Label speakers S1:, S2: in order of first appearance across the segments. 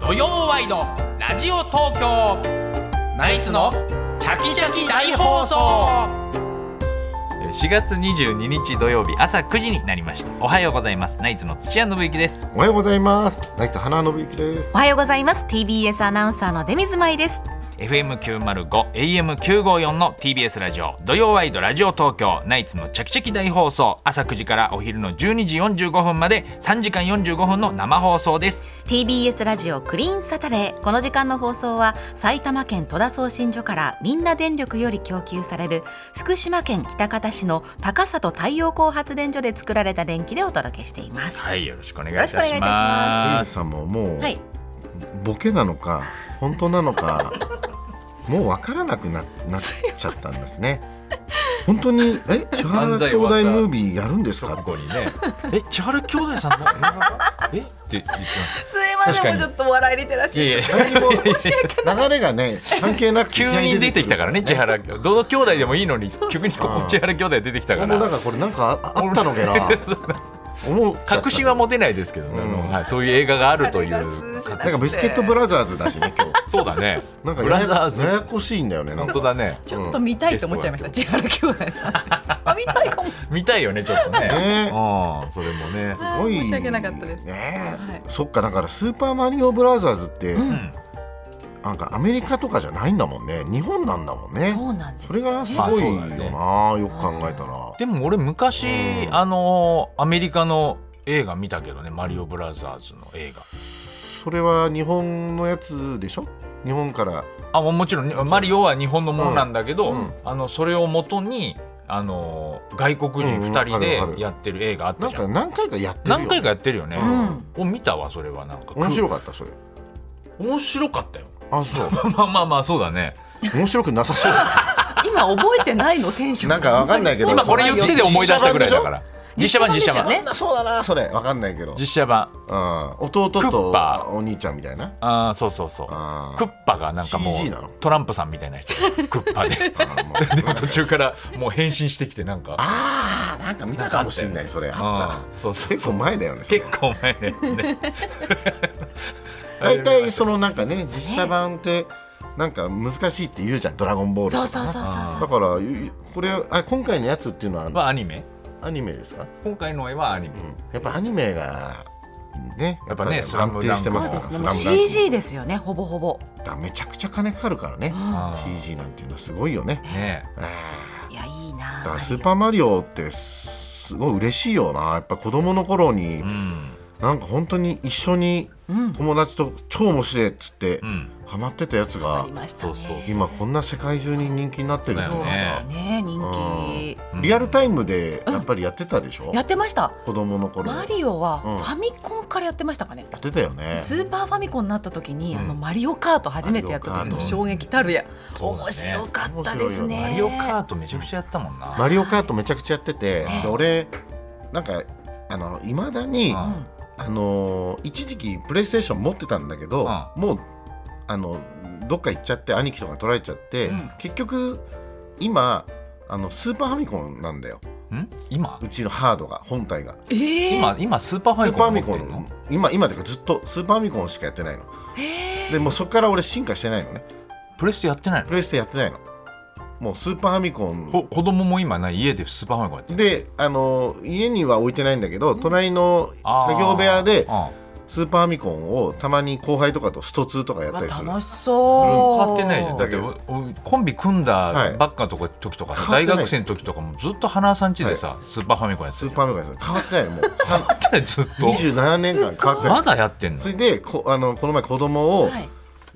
S1: 土曜ワイドラジオ東京ナイツのチャキチャキ大放送4月22日土曜日朝9時になりましたおはようございますナイツの土屋信之です
S2: おはようございます。ナイツ花信之です。
S3: おはようございます TBS アナウンサーの出水舞です
S1: FM905 AM954 の TBS ラジオ土曜ワイドラジオ東京ナイツのチャキチャキ大放送朝9時からお昼の12時45分まで3時間45分の生放送です
S3: TBS ラジオクリーンサタデーこの時間の放送は埼玉県戸田送信所からみんな電力より供給される福島県喜多方市の高里太陽光発電所で作られた電気でお届けしています
S1: はいよろしくお願いい
S3: い
S1: た
S3: た
S1: し
S3: し
S1: ま
S3: ますす
S2: エ
S3: は
S2: イジさんももう、
S3: はい
S2: ボケなのか本当なのか もうわからなくななっちゃったんですね。本当にえ千原
S1: 漫才
S2: 兄
S1: 終わ
S2: 弟
S1: った
S2: ムービーやるん ですか
S1: 過。去にねえ千春兄弟さんの映画がえって言ってました
S3: すいま
S1: 確かに
S3: っと笑い入れてらっ
S1: いやいや
S2: 何も流れがね関係なく
S1: 急に出てきたからね千
S2: 原
S1: 原どの兄弟でもいいのに急にここ
S2: うん
S1: 千原兄弟出てきたか
S2: 俺もだかららこれなんかああったのか な。思う
S1: 確信は持てないですけどね、
S2: うん
S1: あのはい、そういう映画があるとい
S3: あれが通
S1: う
S3: じない
S2: なんかビスケットブラザーズだしね今日。
S1: そうだね
S2: なんか
S1: ブラザーズ
S2: やややこしいんだよねなん
S1: 本
S2: か
S1: 当だね
S3: ちょっと見たいと思っちゃいました、千原兄弟さんあ見たいかも
S1: 見たいよねちょっ とね
S2: ね
S1: うんそれもね、
S2: すごい
S3: 申し訳なかったです、
S2: ねえ
S3: はい
S2: そっかだからスーパーマリオブラザーズって、
S1: うん
S2: なんかアメリカとかじゃないんだもんね日本なんだもんね
S3: そうなんです
S2: それがすごい
S1: まあ
S2: よな、
S1: そうだよね
S2: よく考えたら
S1: でも俺昔、
S2: うん
S1: あのアメリカの映画見たけどねマリオブラザーズの映画
S2: それは日本のやつでしょ日本から
S1: あももちろんねマリオは日本のものなんだけど、
S2: うんうん
S1: あのそれをもとにあの外国人2人
S2: うんわかるわか
S1: で
S2: る
S1: やってる映画あった
S2: なん
S1: じゃん,、
S2: か何回かやってるよ
S1: 何回かやってるよね、
S3: う
S1: を見たわそれはなんか
S2: 面白かったそれ
S1: 面白かったよ
S2: あそう
S1: まあまあまあそうだね
S2: 面白くなさそう
S3: 今覚えてないのテンション
S2: なんかわかんないけど
S1: 今これ言ってで思い出したぐらいだから 実写
S3: 実写
S1: 版
S3: 版
S1: 実
S3: でし
S1: 写
S3: ょ
S1: 版
S3: ね
S2: そそうだなそれわかんないけど
S1: 実写版
S2: あー弟
S1: クッ
S2: と
S1: パ
S2: お兄ちゃんみたいな
S1: ああそうそうそう
S2: あー
S1: クッパがなんかも
S2: CG なの
S1: うトランプさんみたいな人がクッパ で
S2: あーもう
S1: でも途中からもう変身してきてなんか
S2: あーなんか見たかもしれないそれあったら
S1: うんそうそう
S2: 結構前だよねそれ
S1: 結構前のやつね
S2: 大体そのなんかね実写版ってなんか難しいって言うじゃん「ドラゴンボール」と
S3: そ
S2: か
S3: うそうそうそうそう
S2: だからゆこれあ今回のやつっていうのは
S1: はアニメ
S2: アニメですか、
S1: 今回の絵はアニメ
S2: うん、やっぱアニメがね
S1: やっぱね
S2: り
S1: スラム
S2: 安定してますか
S3: そうで
S2: ら
S3: す
S2: スラ
S3: ねも
S2: ム
S3: う
S2: ダンク
S3: CG ですよねほぼほぼ
S2: だめちゃくちゃ金かかるからね
S1: あー
S2: CG なんていうのはすごいよね
S1: ね
S2: あ
S3: いやいい
S2: ー
S3: な
S2: だからスーパーマリオってすごい嬉しいよなやっぱ子供の頃に
S1: うん
S2: なんか本当に一緒に
S3: うん
S2: 友達と超面白いっつって
S1: うん
S2: ハマってたやつが
S3: ありました
S1: そ
S3: ね
S1: うそうそ
S2: 今こんな世界中に人気になってるんだ
S1: そうだよね
S3: ね人気
S1: うん
S2: リアルタイムでやっぱりやってたでしょ、
S3: やってました
S2: 子供の頃
S3: マ
S2: や
S3: リオは
S2: うん
S3: ファミコンからやってましたかね
S2: ってたよね
S3: スーパーファミコンになった時に、
S1: うん
S3: あのマリオカート初めてやった時
S2: マリオ
S3: の
S2: カート
S3: 衝撃たるや、
S1: そうだね
S3: 面白かったですね
S2: 面白いよ
S1: マリオカートめちゃくちゃやったもんな
S2: マリオカートめちゃくちゃやってて、で俺なんかあのいまだに、
S1: うん
S2: あのー一時期プレイステーション持ってたんだけど、もうあのどっか行っちゃって兄貴とか取られちゃって、
S3: うん
S2: 結局今あのスーパーファミコンなんだよ
S1: ん今
S2: うちのハードが本体が
S3: えー、
S1: 今今スーパーフ
S2: ス
S1: ァ
S2: ー
S1: ミ
S2: パー
S1: コン持って
S2: ファミコ
S1: るの
S2: ン今今だからずっとスーパーファミコンしかやってないのでもうそこから俺進化してないのね
S1: プレステやってないの
S2: プレイステやってないのもうスーパーファミコン
S1: こ子供も今ない家でスーパーファミコンやってる
S2: であの家には置いてないんだけど隣の作業部屋で
S1: あ
S2: スーパーファミコンをたまに後輩とかとスト2とかやっ
S3: わ
S2: たりする
S3: 楽しそう
S1: ー買ってないじゃんだ
S2: だ
S1: っ
S2: け
S1: て
S2: ど
S1: おコンビ組んだばっかとか時とかさ、
S2: はい
S1: 大学生の時とかもずっと花さん家でさ、スーパーファミコンやって
S2: ス
S1: た
S2: ー
S1: じゃん
S2: パーファミコンです変わってないのもうさ
S1: だって ずっと
S2: 27年間変わってない
S1: まだやってんの
S2: それでこあのこの前子供を、
S3: はい、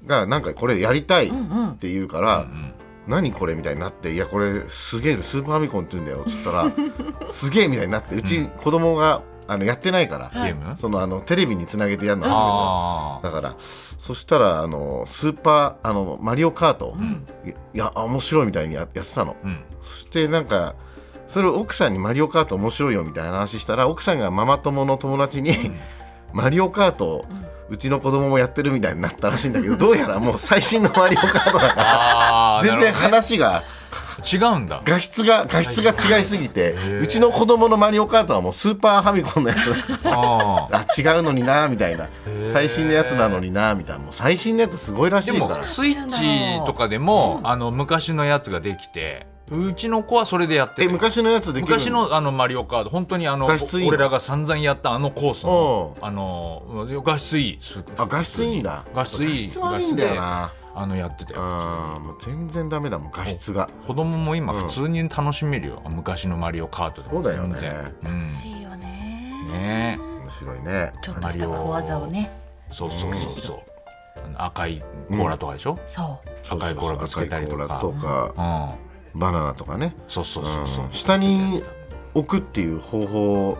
S2: がなんかこれやりたいっ
S3: うんうん
S2: て言うか
S1: う
S2: ら、
S1: ん
S2: 何これみたいになって「いやこれすげえスーパーファミコンって言うんだよ」っつった らすげえみたいになってうち子供があのやってないから、
S1: うんゲーム
S2: そのあのテレビにつなげてやるの初めてだった
S1: あ
S2: だからそしたらあのスーパーあのマリオカート、いやあ面白いみたいにややってたの
S1: ーうん
S2: そしてなんかそれを奥さんに「マリオカート面白いよ」みたいな話したら奥さんがママ友の友達に「マリオカートうちの子供もやってるみたいになったらしいんだけどどうやらもう最新のマリオカードだから
S1: あー
S2: 全然
S1: なる
S2: 話が
S1: ほどね違うんだ
S2: 画質が画質が違いすぎてうちの子供のマリオカートはもうスーパーファミコンのやつ だから
S1: あ
S2: あ違うのになみたいな
S1: ー
S2: 最新のやつなのになみたいなもう最新のやつすごいらし
S1: ーで
S2: いか
S1: も
S2: ら
S1: スイッチとかでも、あの昔のやつができてうちの子はそれでやって
S2: え
S1: る
S2: 昔のやつできる
S1: 昔のあのマリオカード本当にあの
S2: 画質いいの
S1: 俺らが散々やったあのコースの
S2: う
S1: あのうん画質いいす
S2: あ画質いいんだ
S1: 画質いい
S2: 画質悪いんだよ
S1: 画
S2: な
S1: 質であのやってて
S2: あーもう全然ダメだもん画質が
S1: 子供も今
S2: うん
S1: 普通に楽しめるよ、昔のマリオカートでも
S2: そうだよね
S1: 全然うん、
S3: しいよね
S1: ね
S2: 面白いね
S3: ちょっとした小技をね
S1: そうそうそうそう、あの赤いコーラとかでしょ、
S3: そう
S1: 赤いコーラぶつけたりとか
S2: 赤いコーラと
S1: う
S2: か
S1: ん
S2: バナナとかね
S1: そうそうそうそう、
S2: うん下に置くっていう方法を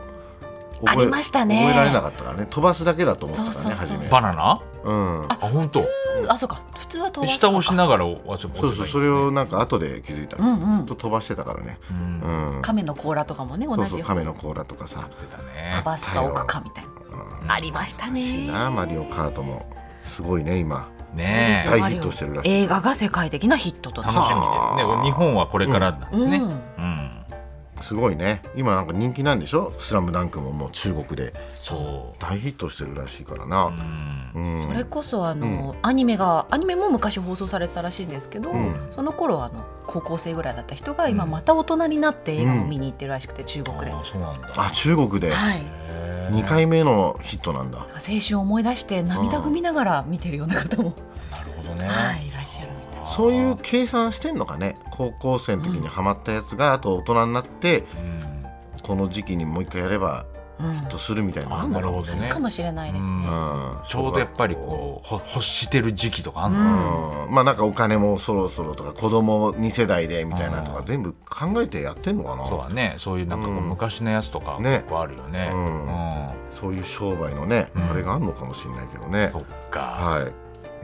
S2: 覚え
S3: ありましたね
S2: 覚えられなかったからね飛ばすだけだと思ってた
S3: そ
S2: か
S3: う
S2: らね
S3: そうそう
S2: 初め
S1: バナナ
S2: うん
S1: あ本当
S3: あそうか普通は飛ばす
S1: 下
S3: の
S1: 押
S3: か
S1: しながらおあそう
S2: そうそうそれをなんか後で気づいた
S3: うんうん
S2: ずっと飛ばしてたからね
S1: うん
S2: う
S1: や
S2: ん
S3: 亀の甲羅とかもね同
S2: そう
S3: じ
S2: そう
S3: ように
S2: 亀の甲羅とかさ
S1: ってたね
S3: 飛ばすか置くかみたいなありました
S2: いい
S3: ね
S2: なマリオカートもすごいね今
S1: ねえ
S2: 大ヒットしてるらしい
S3: 映画が世界的なヒットと
S1: 楽
S3: な
S1: しみですね
S2: はあ
S1: 日本はこれからなんですね
S3: うん
S1: うん
S2: すごいね今なんか人気なんでしょ「スラムダンクももう中国で
S1: そう
S2: 大ヒットしてるらしいからな、
S1: うん
S2: うん
S3: それこそあの、アニメがアニメも昔放送されてたらしいんですけど、
S2: うん
S3: その頃あの高校生ぐらいだった人が今また大人になって映画を見に行ってるらしくて、中国で、
S1: あ
S3: は
S1: あそうなんだ
S2: あ中国で
S3: い
S1: へえ
S2: 2回目のヒットなんだ
S3: 青春を思い出して涙ぐみながら見てるような方も、
S1: なるほどね
S3: はいいらっしゃるみたい
S2: そういう計算してんのかね高校生の時にハマったやつがあと大人になって
S1: うん
S2: この時期にもう一回やれば
S3: な、うん
S2: ヒットするみたいなのあ
S1: あ
S2: ん
S1: な
S2: だ
S1: る
S2: ろう
S1: ほどね
S3: かもしれないです
S1: う
S3: ね。
S2: うん
S1: ちょうどやっぱりこうほ欲してる時期とかあんの
S3: う
S1: か
S2: うんまあなんかお金もそろそろとか子供2世代でみたいなとか全部考えてやってんのか
S1: な
S2: な
S1: そうだねそういうなんかこう
S2: うん
S1: 昔のやつとか
S2: ね
S1: 結構あるよね
S2: うんそういう商売のね、
S1: うん
S2: あれがあるのかもしれないけど
S1: う
S2: ね
S1: んそっか
S2: はい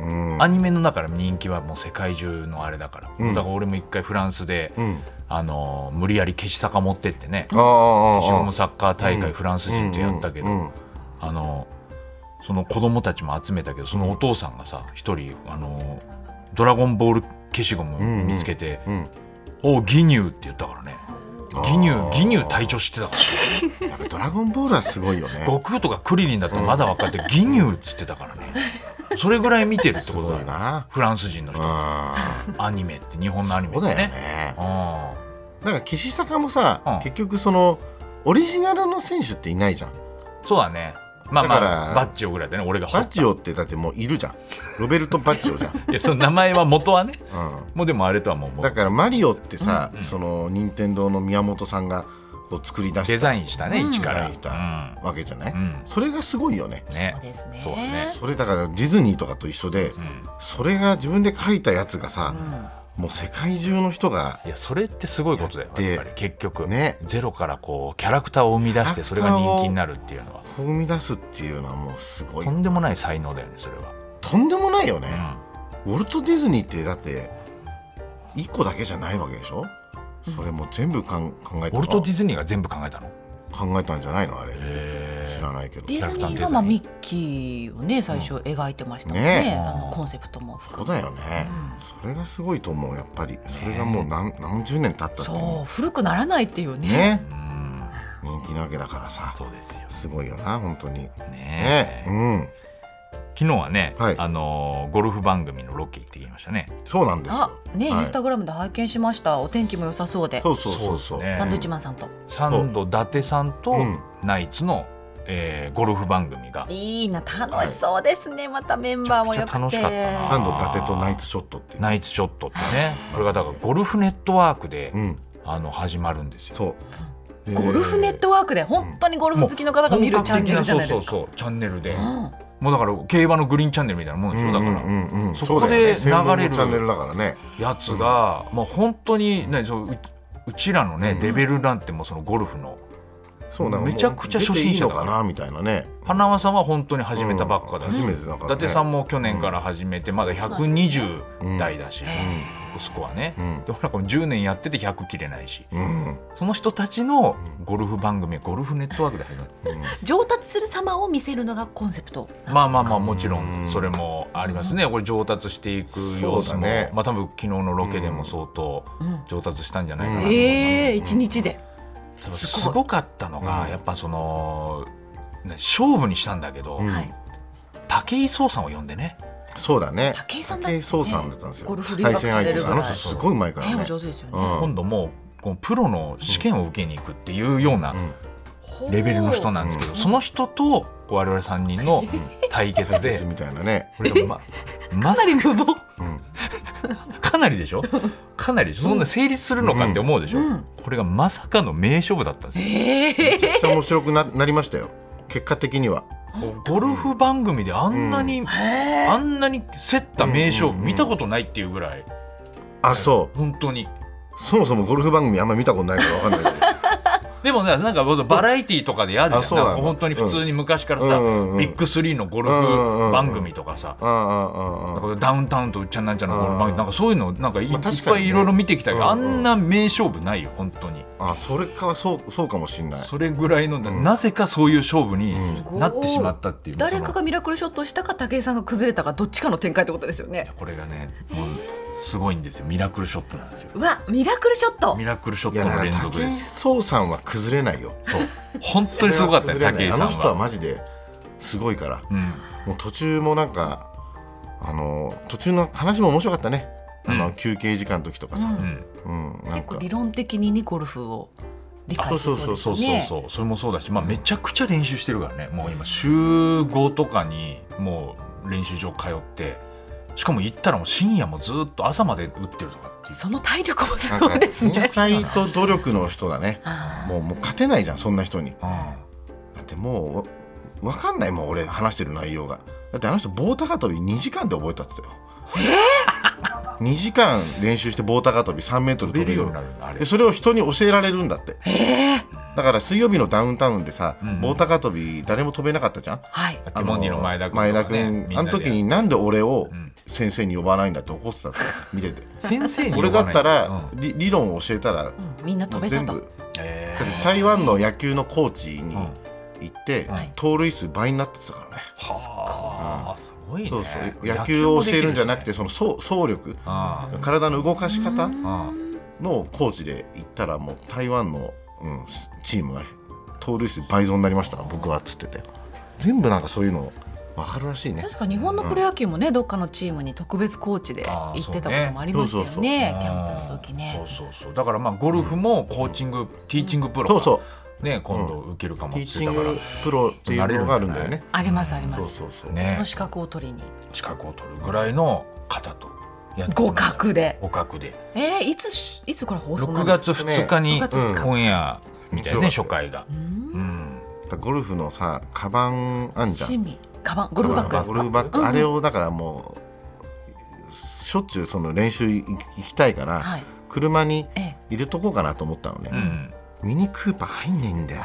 S2: うん
S1: アニメの中で人気はもう世界中のあれだから
S2: うん
S1: だから俺も一回フランスで
S2: うん
S1: あのー無理やり消し坂持ってってね
S2: ああああ
S1: 消しゴ
S2: あ
S1: ム
S2: あ
S1: サッカー大会フランス人とやったけど
S2: うんうんうん
S1: あのその子供たちも集めたけどそのお父さんがさ一人あの「ドラゴンボール消しゴム」見つけて
S2: うん
S1: 「おギニュー」って言ったからねギニュー
S2: あー
S1: ギニュー隊長知ってたか
S2: やっぱドラゴンボールはすごいよ
S1: ら
S2: ね。
S1: 悟空とかクリリンだってまだ分かってギニューっつってたからねそれぐらい見てるって
S2: す
S1: こと
S2: ご
S1: だ
S2: い
S1: よ
S2: な。
S1: フランス人の人
S2: あ
S1: アニメって日本のアニ
S2: ー
S1: メ
S2: そ
S1: っ
S2: うだ
S1: て
S2: よ
S1: ね
S2: ね。
S1: あ
S2: なんか岸坂もさ、
S1: うん
S2: 結局そのオリジナルの選手っていないじゃん。
S1: ーそうだねまあま
S2: だか
S1: あ
S2: ら
S1: バッチオぐらいだね俺が掘っ
S2: バッジオってだってもういるじゃん。ロベルト・バッジオじゃ
S1: いや その名前は元はね
S2: ん。う
S1: もうでもあれとはもうも
S2: ん、
S1: う
S2: だからマリオってさ、
S1: うん
S2: その任天堂の宮本さんがこう作り出
S1: デ
S2: し
S1: ザインしたね
S3: うん
S1: 一から
S2: デザインした
S1: う
S2: わけじゃない、
S1: んうん
S2: それがすごいよね。
S1: ね
S3: そうですね
S1: そうだね
S2: それだからディズニーとかと一緒で、
S1: うん
S2: それが自分で描いたやつがさ、もう世界中の人が
S1: いやそれってすごいことだよ
S2: やって
S1: やっぱり結局、
S2: ね
S1: ゼロからこうキャラクターを生み出して
S2: キ
S1: そ
S2: ャ
S1: れ
S2: ラ
S1: が
S2: クターを
S1: 人気になるっていうのは
S2: こう生み出すっていうのはもうすごい
S1: とんでもない才能だよねそれは、
S2: とんでもないよね。
S1: う
S2: ウォルト・ディズニーってだって1個だけじゃないわけでしょそれも全部かん考え
S1: ん、
S2: た
S1: ウォ
S2: の
S1: ルト・ディズニーが全部考えたの
S2: 考えたんじゃないのあれ
S1: へ
S2: 知らないけど
S3: ディズ
S1: キャラ
S3: ニー
S1: クターデザイ
S3: が
S1: ン
S3: まあミッキーをね最初描いてましたもんね
S2: ねえ
S3: あのコンセプトも
S2: そうだよねそれがすごいと思うやっぱりそれがもう何何十年経ったって
S3: そう古くならないっていうね
S2: ね
S1: えうん
S2: 人気なわけだからさ
S1: そうですよ
S2: すごいよな本当に
S1: ねえ
S2: ねうん
S1: 昨日はね、
S2: はい
S1: あのーゴルフ番組のロケ行ってきましたね
S2: そうなんですよ
S3: あね、
S2: はい
S3: インスタグラムで拝見しましたお天気も良さそうで
S2: そうそうそ
S1: そ
S2: うそうう
S1: ですね
S3: サンドウィッチマンさんと、
S1: サンド伊達さんと
S2: うん
S1: ナイツの、えーゴルフ番組が
S3: いいな楽しそうですね、またメンバーも良く
S1: め
S3: て
S1: ちゃくちゃ楽しかったな
S2: サンド伊達とナイツショットっていう
S1: ナイツショットってねこれがだからゴルフネットワークで、
S2: うん
S1: あの始まるんですよ
S2: そう
S3: ゴルフネットワークで本当にゴルフ好きの方が見るチャンネルじゃないですか。
S1: そうそうそうチャンネルで、
S3: うん
S1: もうだから競馬のグリーンチャンネルみたいなもんでしょ、
S2: うんう
S1: だ
S2: ん
S1: か
S2: うんうん
S1: そ
S2: そ
S1: こ
S2: こ
S1: で流れ
S2: で
S1: る
S2: 専門のチャンネルだからね
S1: らやつが、もう本当にねそうううちらのね、
S2: うん
S1: レベルなんてもうそのゴルフの
S2: そうなんかもう
S1: めちゃくちゃ初心者だ
S2: 出
S1: から
S2: ていいのかなみたいなね
S1: 花輪さんは本当に始めたばっかだし、
S2: うん初めてだから、ね、
S1: 伊達さんも去年から始めてまだ120代だし、
S3: うん
S1: スコアね、
S2: うん
S1: でほらこの10年やってて100切れないし
S2: うん
S1: その人たちのゴルフ番組ゴルフネットワークで始まる
S2: うん
S3: 上達する様を見せるのがコンセプト
S1: まあまあまあもちろんそれもありますねこれ上達していく様子
S2: そうだ
S1: も、
S2: ね
S1: まあ多分昨日のロケでも相当
S3: うん
S1: 上達したんじゃないかなと思います、
S3: ええ一日で
S1: 多分
S3: すごい
S1: すごかったのが、
S2: うん
S1: やっぱその、ね、勝負にしたんだけど、
S2: うん
S3: はい
S1: 武井壮さんを呼んでね
S2: そうだね
S3: 武井さんだっけ
S2: 武井壮さんだったんです
S3: ゴ
S2: よ
S3: ルフ留
S2: 対
S3: 学
S2: 戦
S3: さ
S2: 相
S3: れ
S2: 手で
S3: る
S2: す
S3: ぐ
S2: あ
S3: らい
S2: の人すごいうまいから
S3: ねお
S2: ね
S3: 上手ですよね、
S2: うん
S1: 今度もうこのプロの試験を受けに行くっていうようなレベルの人なんですけど、
S3: うん
S1: その人と我々3人の対決
S2: で
S1: で、
S2: みたいなね
S1: これがまま
S3: かなり無謀
S2: うん
S1: かなりでしょかなりでしょそんな成立するのかって思うでしょ、
S3: うん
S1: これがまさかの名勝負だったんですよ。
S3: ええ
S2: めちゃくちゃ面白くななりましたよ結果的には
S1: ゴルフ番組であんなに、あんなに競った名勝負見たことないっていうぐらい
S2: あそう
S1: 本当に
S2: そもそもゴルフ番組あんま見たことないからわかんないけど
S1: でもねなんかバラエティーとかでやる
S2: あ
S1: じゃ
S2: そ
S1: ん
S2: うなの
S1: なんか本当に普通に昔からさ、
S2: うんうんうん
S1: ビッグスリーのゴルフ番組とかさ、
S2: ああああああ
S1: なんかダウンタウンとうっちゃんなんちゃらのゴルフ番組
S2: うん
S1: なんかそういうのなんかい,、
S2: まあ
S1: いっ
S2: 確か
S1: ぱ
S2: に
S1: い
S2: ね
S1: いろいろ見てきたけど、
S2: うんうん
S1: あんな名勝負ないよ本当に
S2: あそれかそうそうかもしんない
S1: それぐらいの、な
S2: うん
S1: なぜかそういう勝負に
S3: うん
S1: なってしまったっていう
S3: 誰か
S1: その
S3: がミラクルショットをしたか武井さんが崩れたかどっちかの展開ってことですよね
S1: これがねもうすごいんですよミラクルショットなんですよ
S3: うわミラクルショット
S1: ミラクルショ
S2: い
S1: ッ
S2: や
S1: ト
S2: だ
S1: の
S2: か
S1: 連
S2: ら
S1: 続
S2: 武
S1: で
S2: 井
S1: す
S2: 壮さんは崩れないよ
S1: そう本当にすごかったよ
S2: それは崩
S1: 武
S2: れ
S1: 井
S2: な
S1: さ
S2: い
S1: ん
S2: あの人はマジですごいから
S1: うん
S2: もう途中もなんかあの途中の話も面白かったねあの、
S1: うん
S2: 休憩時間の時とかさ、
S1: うん
S2: うんなん
S3: 結
S2: か
S3: 構理論的にねゴルフを理解してそ
S2: そ
S3: う
S1: そう
S3: で
S1: う
S3: す
S1: そうそうそ
S3: よね
S1: う、それもそうだし、まあ、めちゃくちゃ練習してるからねもう今週5とかにもう練習場通ってしかも行ったらもう深夜もずっと朝まで打ってるとかっていう
S3: その体力も す
S2: なん
S3: ごい
S2: か
S3: です
S2: 天
S3: ね
S2: 才と努力の人だね
S3: あ
S2: もうもう勝てないじゃんそんな人に
S1: う
S2: だってもうわわかんないもん俺話してる内容がだってあの人棒高跳び2時間で覚えたって言ってたよ、2時間練習して棒高跳び3メート
S1: ん
S2: ル
S1: 出
S2: 飛
S1: る
S2: べ
S1: よう
S2: る
S1: になるのあれ
S2: でそれを人に教えられるんだってだから水曜日のダウンタウンでさ、
S1: うんうん
S2: 棒高跳び誰も飛べなかったじゃん
S3: はい
S1: ティモンディの前田君とかね
S2: 前田君
S1: みんな
S2: あ
S1: で
S2: の時になんで俺を
S1: うん
S2: 先生に呼ばないんだって怒ってたって見てて
S1: 先生に
S2: 俺
S1: 呼
S2: だ
S1: ばな
S2: っ
S1: い
S2: たら、
S1: うん
S2: り理論を教えたら
S3: うんみんな
S2: も
S3: 飛
S2: う
S3: べた
S2: 全部だっ
S3: と
S2: て
S1: えー
S2: 台湾の野球のコーチに
S1: うんは
S2: 行って、
S1: はい
S2: 盗塁数倍になってたからね
S1: あすごいね
S2: そうそう野球を教えるんじゃなくてその走走力
S1: あ
S2: 体の動かし方
S1: あ
S2: のコーチで行ったらもう台湾の、うん、チームが盗塁数倍増になりました僕はっつってて全部なんかそういうの分かるらしいね
S3: 確か日本のプロ野球もね、どっかのチームに特別コーチで行ってたこともありましたよ
S2: あーそう
S3: ね
S2: ね
S3: キャンプの時
S1: う
S3: ね
S1: んそうそうそうだからまあゴルフもコーチング、ティーチングプロが
S2: そうそ
S1: ね今度受けるかも
S2: テ
S1: っ
S2: ィ
S1: て
S2: ーチ
S1: 言
S2: ン
S1: ってたから
S2: グプロっていうのがあるんだよね
S3: ありますありま
S2: そう
S3: す
S2: そうそう、
S1: ね
S3: その資格を取りに
S1: 資格を取るぐらいの方とやって
S3: 互角で
S1: 互角で
S3: えー、いつしいつから放送
S1: 6
S3: なんですか
S1: 月2日に
S3: 6月2日
S1: オンエアみたいですね
S2: 面
S1: 初
S2: 白か
S1: 回が
S3: う、ん
S1: うん、
S2: だからゴルフのさカバンあんじゃん
S3: 趣味カバンゴルフバッグですか
S2: ゴルフバッグ、
S3: うんうん
S2: あれをだからもうしょっちゅうその練習行きたいから、
S3: はい
S2: 車に
S3: ええ
S2: 入れとこうかなと思ったのね、
S1: うん、
S2: ミニクーパー入んないんだよ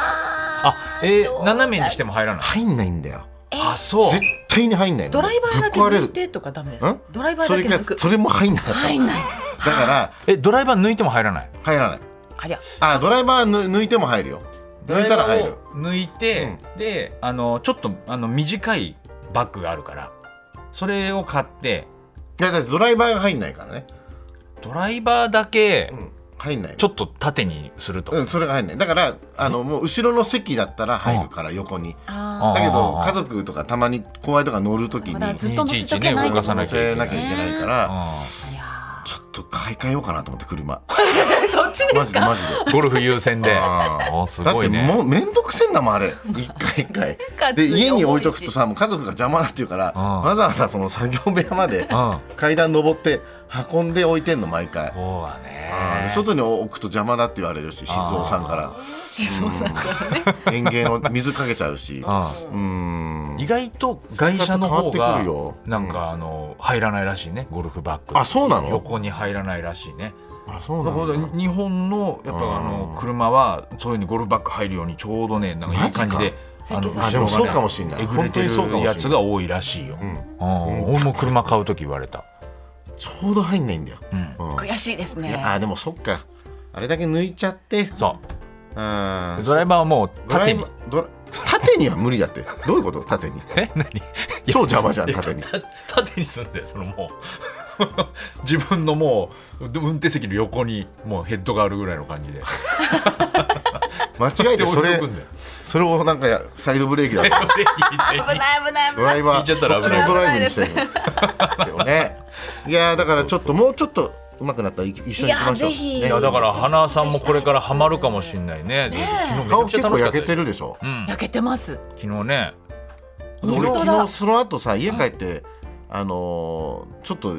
S1: あえー、斜めにしても入らない
S2: 入んないんだよ
S1: あそう
S2: 絶対に入んないの
S3: ドライバーだけ
S2: ぶっ壊れ
S3: 抜い
S2: る
S3: てとかダメですか
S2: ん
S3: ドライバー
S2: そ
S3: だ
S2: れ
S3: け
S2: が
S3: 抜く
S2: それも入んなかった
S3: 入んない
S2: だから
S1: えドライバー抜いても入らない
S2: 入らない
S3: ありゃ
S2: あドライバーぬ抜いても入るよ抜いたら入る
S1: ドライバーを抜いて、であのちょっとあの短いバッグがあるからそれを買って
S2: いやだってドライバーが入んないからね、
S1: ドライバーだけ
S2: うん、入んないの
S1: ちょっと縦にすると、
S2: うん、それが入んないだからあのもう後ろの席だったら入るから横に
S3: あ
S2: だけど
S1: あー
S2: 家族とかたまに後輩とか乗るとき
S3: まだ
S2: に
S3: ずっと乗せとけない
S1: いちいちね動かさな
S2: 乗
S1: きゃい
S2: せ
S1: けな
S2: ないきゃいけないから
S1: う
S2: ちょっと買い替えようかなと思って車
S3: ーそっちで
S2: マ
S3: す
S2: ジで
S3: か
S2: マジで
S1: んゴルフ優先で
S2: あー
S1: おす
S2: だっ
S1: ご
S2: て
S1: いね
S2: もうめんどくせえんだもんあれ一回一回
S3: か
S2: で家に置いとくとさもう家族が邪魔だっていうから
S1: うん
S2: わざわざその作業部屋まで
S1: うん
S2: 階段登って運んで置いてんの毎回
S1: そうだね
S2: あーで外に置くと邪魔だって言われるし静雄さんから
S3: 静岡さんからね
S2: 園芸の水かけちゃうし
S1: あ
S2: う
S1: ー
S2: ーん
S1: 意外と外車の方
S2: 生活変わ
S1: が
S2: ってくるよ
S1: なんかあの入らないらしいねゴルフバッグ
S2: あそうなの
S1: 横に入らないらしいね
S2: あそう
S1: だ
S2: な
S1: から
S2: んだ
S1: 日本のやっぱあの
S2: うん
S1: 車はそういうふうにゴルフバッグ入るようにちょうどねなんかいい感じで
S3: マジか
S2: あでも
S1: 後ろが
S2: そうかもしんない
S1: えぐれて
S2: 本当にそうかもしん
S1: る
S2: ない
S1: やつが多いらしいよ
S2: う
S1: う
S2: ん
S1: ん俺も車買う時言われた
S2: ちょうど入んないんだよ、
S1: うん
S2: うん
S4: 悔しいです
S2: い
S4: ね
S2: やあーでもそっかあれだけ抜いちゃって
S1: そ
S2: あ
S1: う
S2: ー
S1: ドライバーはもう
S2: ドラ
S1: 縦
S2: イ
S1: に
S2: バードラ縦には無理だってどういうこと縦に
S1: え 何
S2: 超邪魔じゃん縦に
S1: た縦に住んでそのもう 自分のもうで運転席の横にもうヘッドがあるぐらいの感じで
S2: 間違えてそ
S1: で
S2: れ
S1: 置いとくんだよ
S2: それをなんかサイドブレーキだと
S4: 危ない危ない危
S2: ド
S4: ない
S2: ライバー
S1: 行っちゃったら
S2: そ
S1: 危
S2: っち
S1: ない
S2: のドライブにしてるんですよねいやーだからちょっともうちょっと上手くなったら一緒に行きましょう
S4: いやーぜひ
S1: いやだから花さんもこれからハマるかもしれないね
S4: ね
S1: 昨日
S2: 顔
S1: めちゃくちゃ
S2: 結
S1: 楽
S2: 構
S1: しかっ
S2: 焼
S1: た
S2: け
S1: よ
S2: てるでしょ
S1: うん
S4: 焼けてます
S1: 昨日ね
S4: 本
S2: 俺
S4: 当
S2: 昨
S4: だ
S2: 日その後さ家帰ってあのーちょっと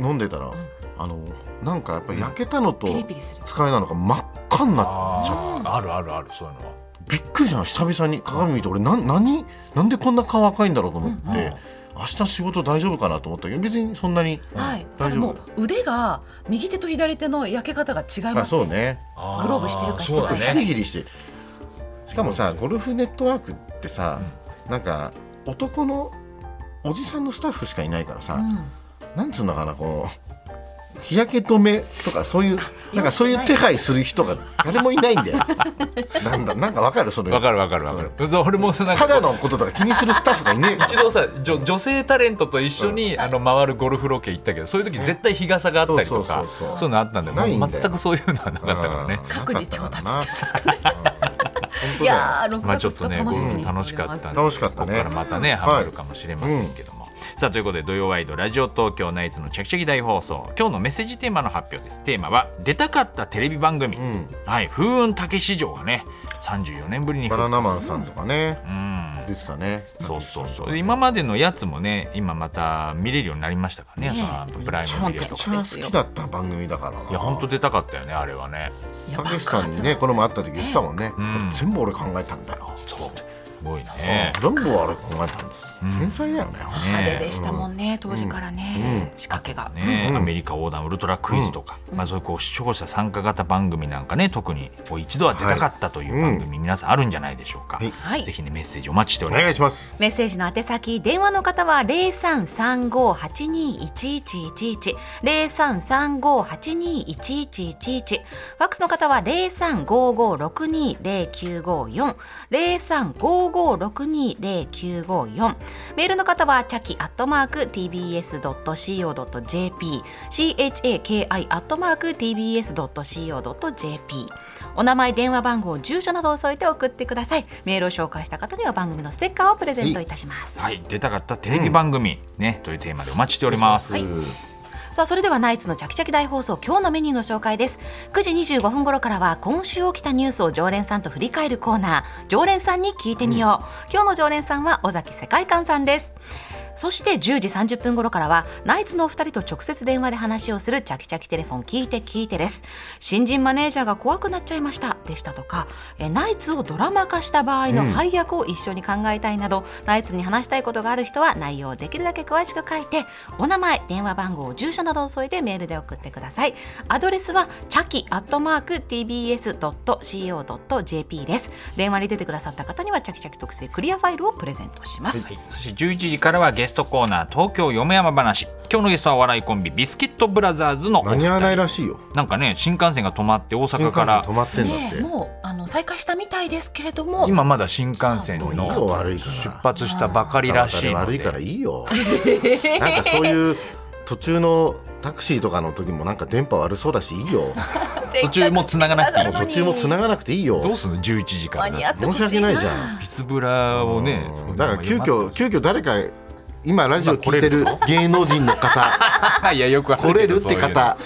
S2: 飲んでたらあのーなんかやっぱり焼けたのと
S4: ピリピリする
S2: 疲れなのか真っ赤になって
S1: あーあるあるあるそういうのは
S2: びっくりしたの久々に鏡見て俺なん何なんでこんな顔赤いんだろうと思って、
S1: うんうん
S2: 明日仕事大丈夫かなと思ったけど別にそんなに、
S4: はい、た
S2: 大
S4: だ
S2: 丈
S4: も
S2: 夫
S4: う腕が右手と左手の焼け方が違い
S2: あ
S4: ます。
S2: そうね
S1: あー
S4: グローブしてるかしてないか
S1: そうだ
S2: ヒリ
S1: ね
S2: ヒリしてしかもさゴルフネットワークってさ、なんか男のおじさんのスタッフしかいないからさ、
S4: うん
S2: なんつうのかなこの日焼け止めとかそういうなんかそういう手配する人が誰もいないんだよなんだなんかわかるそれ
S1: わかるわかるわかるそう俺もそうなんか
S2: 肌のこととか気にするスタッフがいねえから
S1: 一度さ女女性タレントと一緒に、あの回るゴルフロケ行ったけどそういう時絶対日傘があったりとか
S2: そうそうそうそう
S1: そういうのあったんだよ
S2: ないんだよ
S1: 全くそういうのはなかったからね
S4: 各自調達
S2: なかったからな本当だ
S4: い
S2: よ
S4: やー、六
S1: まあちょ
S4: 月
S1: っとね
S4: 2日楽しみにしております。
S1: 楽しかったんでここか
S2: 楽しかったね
S1: らまたねハマるかもしれませんけども、さあということで土曜ワイドラジオ東京ナイツのチャキチャキ大放送今日のメッセージテーマの発表ですテーマは出たかったテレビ番組、
S2: うん
S1: はい風雲竹市場がね34年ぶりに
S2: バ
S1: 復
S2: ナナマンさんとかね、
S1: うん
S2: 出てたね
S1: そうそうそうで今までのやつもね今また見れるようになりましたからね
S4: ね
S1: そのプライ
S2: 一
S1: ム
S2: 番
S1: ビデオとか
S2: 一番好きだった番組だからない
S1: や本当出たかったよねあれはね
S4: いや
S2: たけしさんにねこの前会った時言ってたもんね、
S1: ん
S2: 全部俺考えたんだよ、
S1: そうすごいね
S2: 全部あれ考えたんです、天才だよね、
S4: あれ
S1: ね
S4: でしたもんね、当時からね、仕掛けが。
S1: ねアメリカ横断ウルトラクイズとか、まあ、そういうこう視聴者参加型番組なんかね特にこう一度は出たかったという番組、皆さんあるんじゃないでしょうか、
S4: はい
S1: ぜひねメッセージお待ちしてお
S2: お
S1: ります
S2: 願いします
S4: メッセージの宛先電話の方は零三三五八二一一一一零三三五八二一一一一ファックスの方は零三五五六二零九五四零三五五六二零九五四メールの方はチャキアットマーク tbs ドット co ドット jp c h a k i アットマーク tbs ドット co ドット jp お名前電話番号住所などを添えて送ってくださいメールを紹介した方には番組のステッカーをプレゼントいたします
S1: はい出たかったテレビ番組、ねというテーマでお待ちしております、
S4: はいさあそれではナイツのチャキチャキ大放送今日のメニューの紹介です9時25分頃からは今週起きたニュースを常連さんと振り返るコーナー常連さんに聞いてみよう、今日の常連さんは尾崎世界観さんですそして10時30分頃からはナイツのお二人と直接電話で話をするチャキチャキテレフォン聞いて聞いてです新人マネージャーが怖くなっちゃいましたでしたとかえナイツをドラマ化した場合の配役を一緒に考えたいなど、ナイツに話したいことがある人は内容をできるだけ詳しく書いてお名前電話番号住所などを添えてメールで送ってくださいアドレスはチャキアットマーク tbs.co.jp です電話に出てくださった方にはチャキチャキ特製クリアファイルをプレゼントします、
S1: はい、そして11時からはゲストコーナー東京よもやま話今日のゲストはお笑いコンビビスケットブラザーズのお
S2: 間
S1: 二
S2: に合わない
S1: 人
S2: らしいよ
S1: なんかね新幹線が止まって大
S2: 新
S1: 阪
S2: 幹
S1: か
S2: 線
S1: ら
S2: 止まってんだ
S4: ね
S2: って、
S4: えもうあの再開したみたいですけれども
S1: 今まだ新幹線
S2: もう
S1: の
S2: いいよ悪いから
S1: 出発したばかりらしいの
S2: 悪い
S1: で
S2: からい いよなんかそういう途中のタクシーとかの時もなんか電波悪そうだしいいよ
S1: 途中も繋がなくていい
S2: もう途中も繋がなくていい
S1: ど
S2: よ
S1: うすんの11時か
S4: 間
S1: ら
S4: に
S1: だ
S4: 合
S1: って
S4: って
S2: 申し
S4: ほしい
S2: 訳
S4: な
S2: ないじゃん
S1: ビスブラをね
S2: うんだから急 遽急
S1: 遽
S2: 遽誰か今ラジオ聞いてる芸能人の 方
S1: いやよくあ
S2: 来
S1: けど
S2: れるって方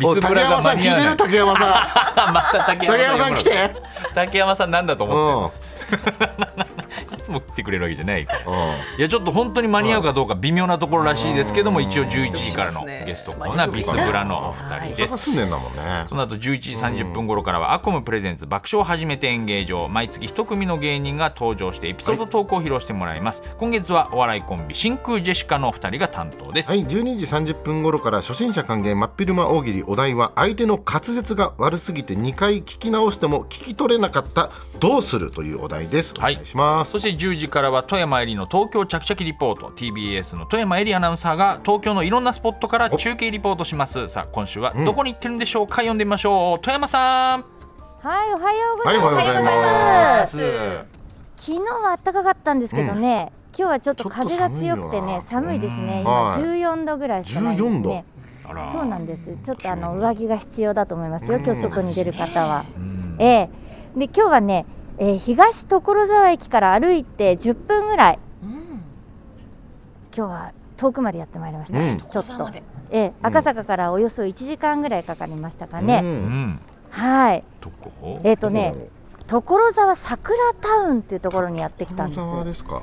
S1: そう
S2: お
S1: いうのビスブ
S2: 竹
S1: ラが
S2: 山さ
S1: 間
S2: ん聞
S1: に合
S2: い
S1: わない
S2: てる竹山さん
S1: また竹
S2: 竹山さん 来て
S1: 竹山さんなんだと
S2: う
S1: 思
S2: ん
S1: ってるいつも来てくれるわけじゃないから
S2: うん
S1: いやちょっと本当に間に合うかどうか微妙なところらしいですけども一応11時からの
S4: ドキドキしますね
S1: ゲストコーナービスブラのお二人
S2: 大
S1: です
S2: 阪住んでんだもんね
S1: その後11時30分頃からは、アコムプレゼンツ爆笑を始めて演芸場毎月一組の芸人が登場してエピソード投稿を披露してもらいます、今月はお笑いコンビ真空ジェシカのお二人が担当です、
S2: はい、12時30分頃から初心者歓迎真っ昼間大喜利お題は相手の滑舌が悪すぎて2回聞き直しても聞き取れなかったどうするというお題ですお
S1: はい
S2: 願いします、
S1: そして11 10時からは富山えりの東京着々リポート TBS の富山えりアナウンサーが東京のいろんなスポットから中継リポートしますさあ今週はどこに行ってるんでしょうか、読んでみましょう富山さん
S5: はい、おはようござ
S2: は
S5: い
S2: いお
S5: ま
S2: は
S5: す。
S2: ようございま
S5: 昨日は暖かかったんですけどね、今日はちょっと
S2: ちょっと
S5: 風が強くてね、
S2: 寒
S5: 寒
S1: いよない
S5: ですね。
S1: うん
S5: 今
S2: はい
S5: 14度ぐらいしかないです
S2: 14度
S5: ね。
S1: あら
S5: そうなんです。ちょっとあの上着が必要だと思いますよ。
S2: うん
S5: 今日外に出る方は。
S1: うん
S5: ええで、今日はね、えー東所沢駅から歩いて10分ぐらい。今日は遠くまでやってまいりました。
S2: うん
S5: ちょっと。
S3: で
S5: ええ赤坂からおよそ1時間ぐらいかかりましたかね。
S2: う
S1: うんん
S5: はい。
S1: どこ
S5: えっ、とね。所沢桜タウンっていうところにやってきたん
S2: 所
S5: です
S2: 沢ですか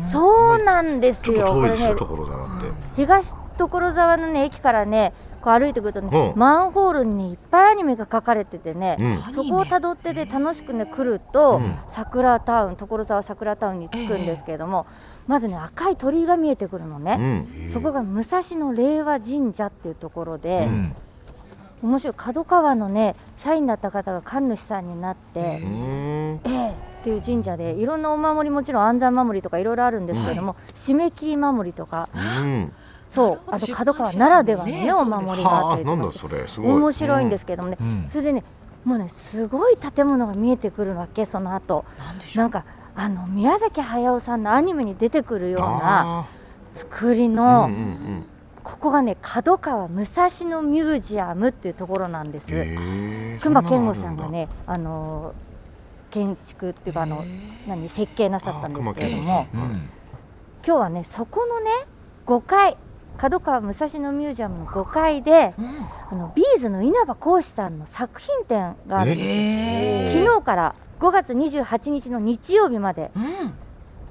S5: そうなんです
S2: ちょっと
S5: よこ
S2: 遠い
S5: れ
S2: ですよ
S5: ね
S2: 所沢って
S5: 東所沢のね駅からねこう歩いてくるとね、
S2: うん
S5: マンホールにいっぱいアニメが書かれててね、
S2: うん
S5: そこをたどってで楽しくね来ると、
S2: うん
S5: 桜タウン所沢桜タウンに着くんですけれども、まずね赤い鳥居が見えてくるの
S2: う
S5: ね、
S2: ん
S5: そこが武蔵野令和神社っていうところで
S1: う、ん
S5: 面白い角川のね社員だった方が神主さんになって、
S2: うん
S5: ええっていう神社でいろんなお守りもちろん安産守りとかいろいろあるんですけれども、締め切り守りとか
S2: うん
S5: そう
S3: な
S5: あ
S3: るほど
S5: と角川ならではの
S3: 出版
S5: ね
S3: 社
S5: お
S3: なんですね
S5: 守りがあ
S2: は
S5: っ
S2: あ
S5: たり
S2: な
S5: と
S2: ん
S5: か
S2: だ
S5: して
S2: それすごい
S5: 面白いんですすけれどもね、
S1: うん
S5: それでねもうねすごい建物が見えてくるわけその後なんかあの宮崎駿さんのアニメに出てくるような作りの、
S2: うんうん
S5: ここがね角川武蔵野ミュージアムっていうところなんです。
S2: うん
S5: 熊健吾さんがねあの建築っていうかあの何設計なさったんですけれども
S1: う
S2: うんん
S5: 今日はねそこのね5階角川武蔵野ミュージアムの5階で、あのビーズの稲葉浩志さんの作品展があるんです
S2: え
S5: 昨日から5月28日の日曜日まで、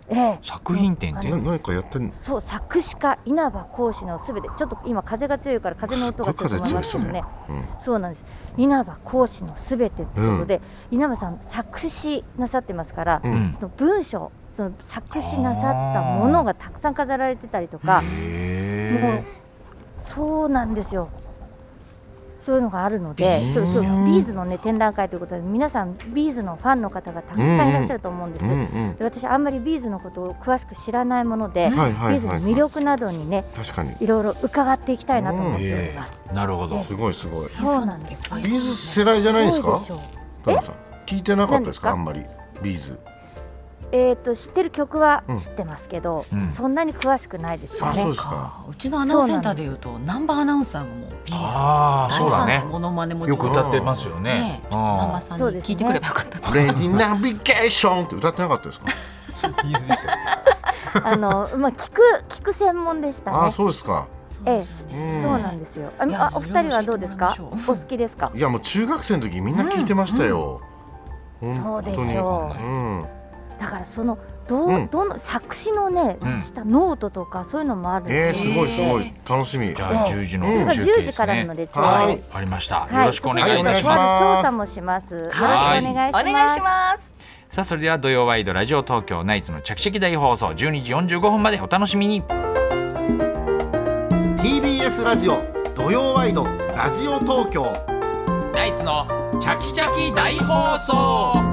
S5: ええ
S1: 作品展って
S5: あの
S2: 何かやってんの
S5: そう作詞家稲葉浩志のすべてちょっと今風が強いから風の音がすると思います
S2: す
S5: けど
S2: っごい風強いっす
S5: ね
S2: ねうん
S5: そうなんです稲葉講師のすべてということで、稲葉さん作詞なさってますから、
S2: うん
S1: うん
S5: その文章その作詞なさったものがたくさん飾られてたりとかもう
S1: へ
S5: そうなんですよそういうのがあるので、
S2: うん
S5: ちょっと今日ビーズの、ね、展覧会ということで皆さんビーズのファンの方がたくさんいらっしゃると思うんです、
S2: うんうん
S5: で私あんまりビーズのことを詳しく知らないもので、
S2: はいは
S5: ビ
S2: い
S5: ーズの
S2: はい
S5: 魅力などにね
S2: 確かに
S5: いろいろ伺っていきたいなと思っ
S1: え
S5: ております、
S1: なるほど
S2: すごいすごい
S5: そうなんですよ
S2: ビーズ世代じゃないです
S5: どう
S2: か
S5: でしょう
S2: 田中さん聞いてなかったですかあんま
S5: 何
S2: りビーズ
S5: えー、と知ってる曲は
S2: うん
S5: 知ってますけど、
S1: うん
S5: そんなに詳しくないですよ
S2: あ
S5: ね。
S2: そうですか
S6: うちのアナウンサーセンターでいうとナンバーアナウンサーがもうビーズ
S1: ああそうだ
S6: アルファの
S1: ね
S6: モノマネも
S1: よく
S6: 上
S1: 歌ってますよ
S6: 手ね
S1: ね
S6: えちょっとナン
S1: あ
S6: バーさんに聞いてくればよかった
S2: レディナビゲーションって歌ってなかったですか
S5: あのまあ聞く聞く専門でした
S2: あ
S5: ね。
S2: ーそうですか
S5: ええ
S2: うん
S5: そうなんですよ。あみ
S6: いや
S5: あお二人はどうですか
S6: い？ろいろ教えてもらいま
S5: お好きですか
S2: い？やもう中学生の時みんな聞いてましたよ
S5: そうで
S2: し
S5: しょ
S2: ううん
S5: う。だからそのどう、
S2: うん
S5: どの作詞のね、
S1: うん
S5: したノートとかそういうのもあるん
S2: え
S5: で
S2: ー
S5: す
S2: す
S5: よ、
S2: ごいすごい楽しみ
S1: じゃあ
S5: ええ
S1: 10時の
S2: それ
S1: 中
S2: が
S1: 継
S5: 10
S1: で
S5: 時
S1: す
S5: からな
S1: ね
S5: のでちょうど、
S2: はい
S1: ありました
S5: は
S1: よろしくお願いいたし
S5: そこ
S1: ま
S5: です
S2: は
S5: 調査もします。よろしくお願いします。
S6: お願いします
S1: さあそれでは土曜ワイドラジオ東京ナイツの着席大放送12時45分までお楽しみに
S7: TBS ラジオ土曜ワイドラジオ東京
S1: ナイツのチャキチャキ大放送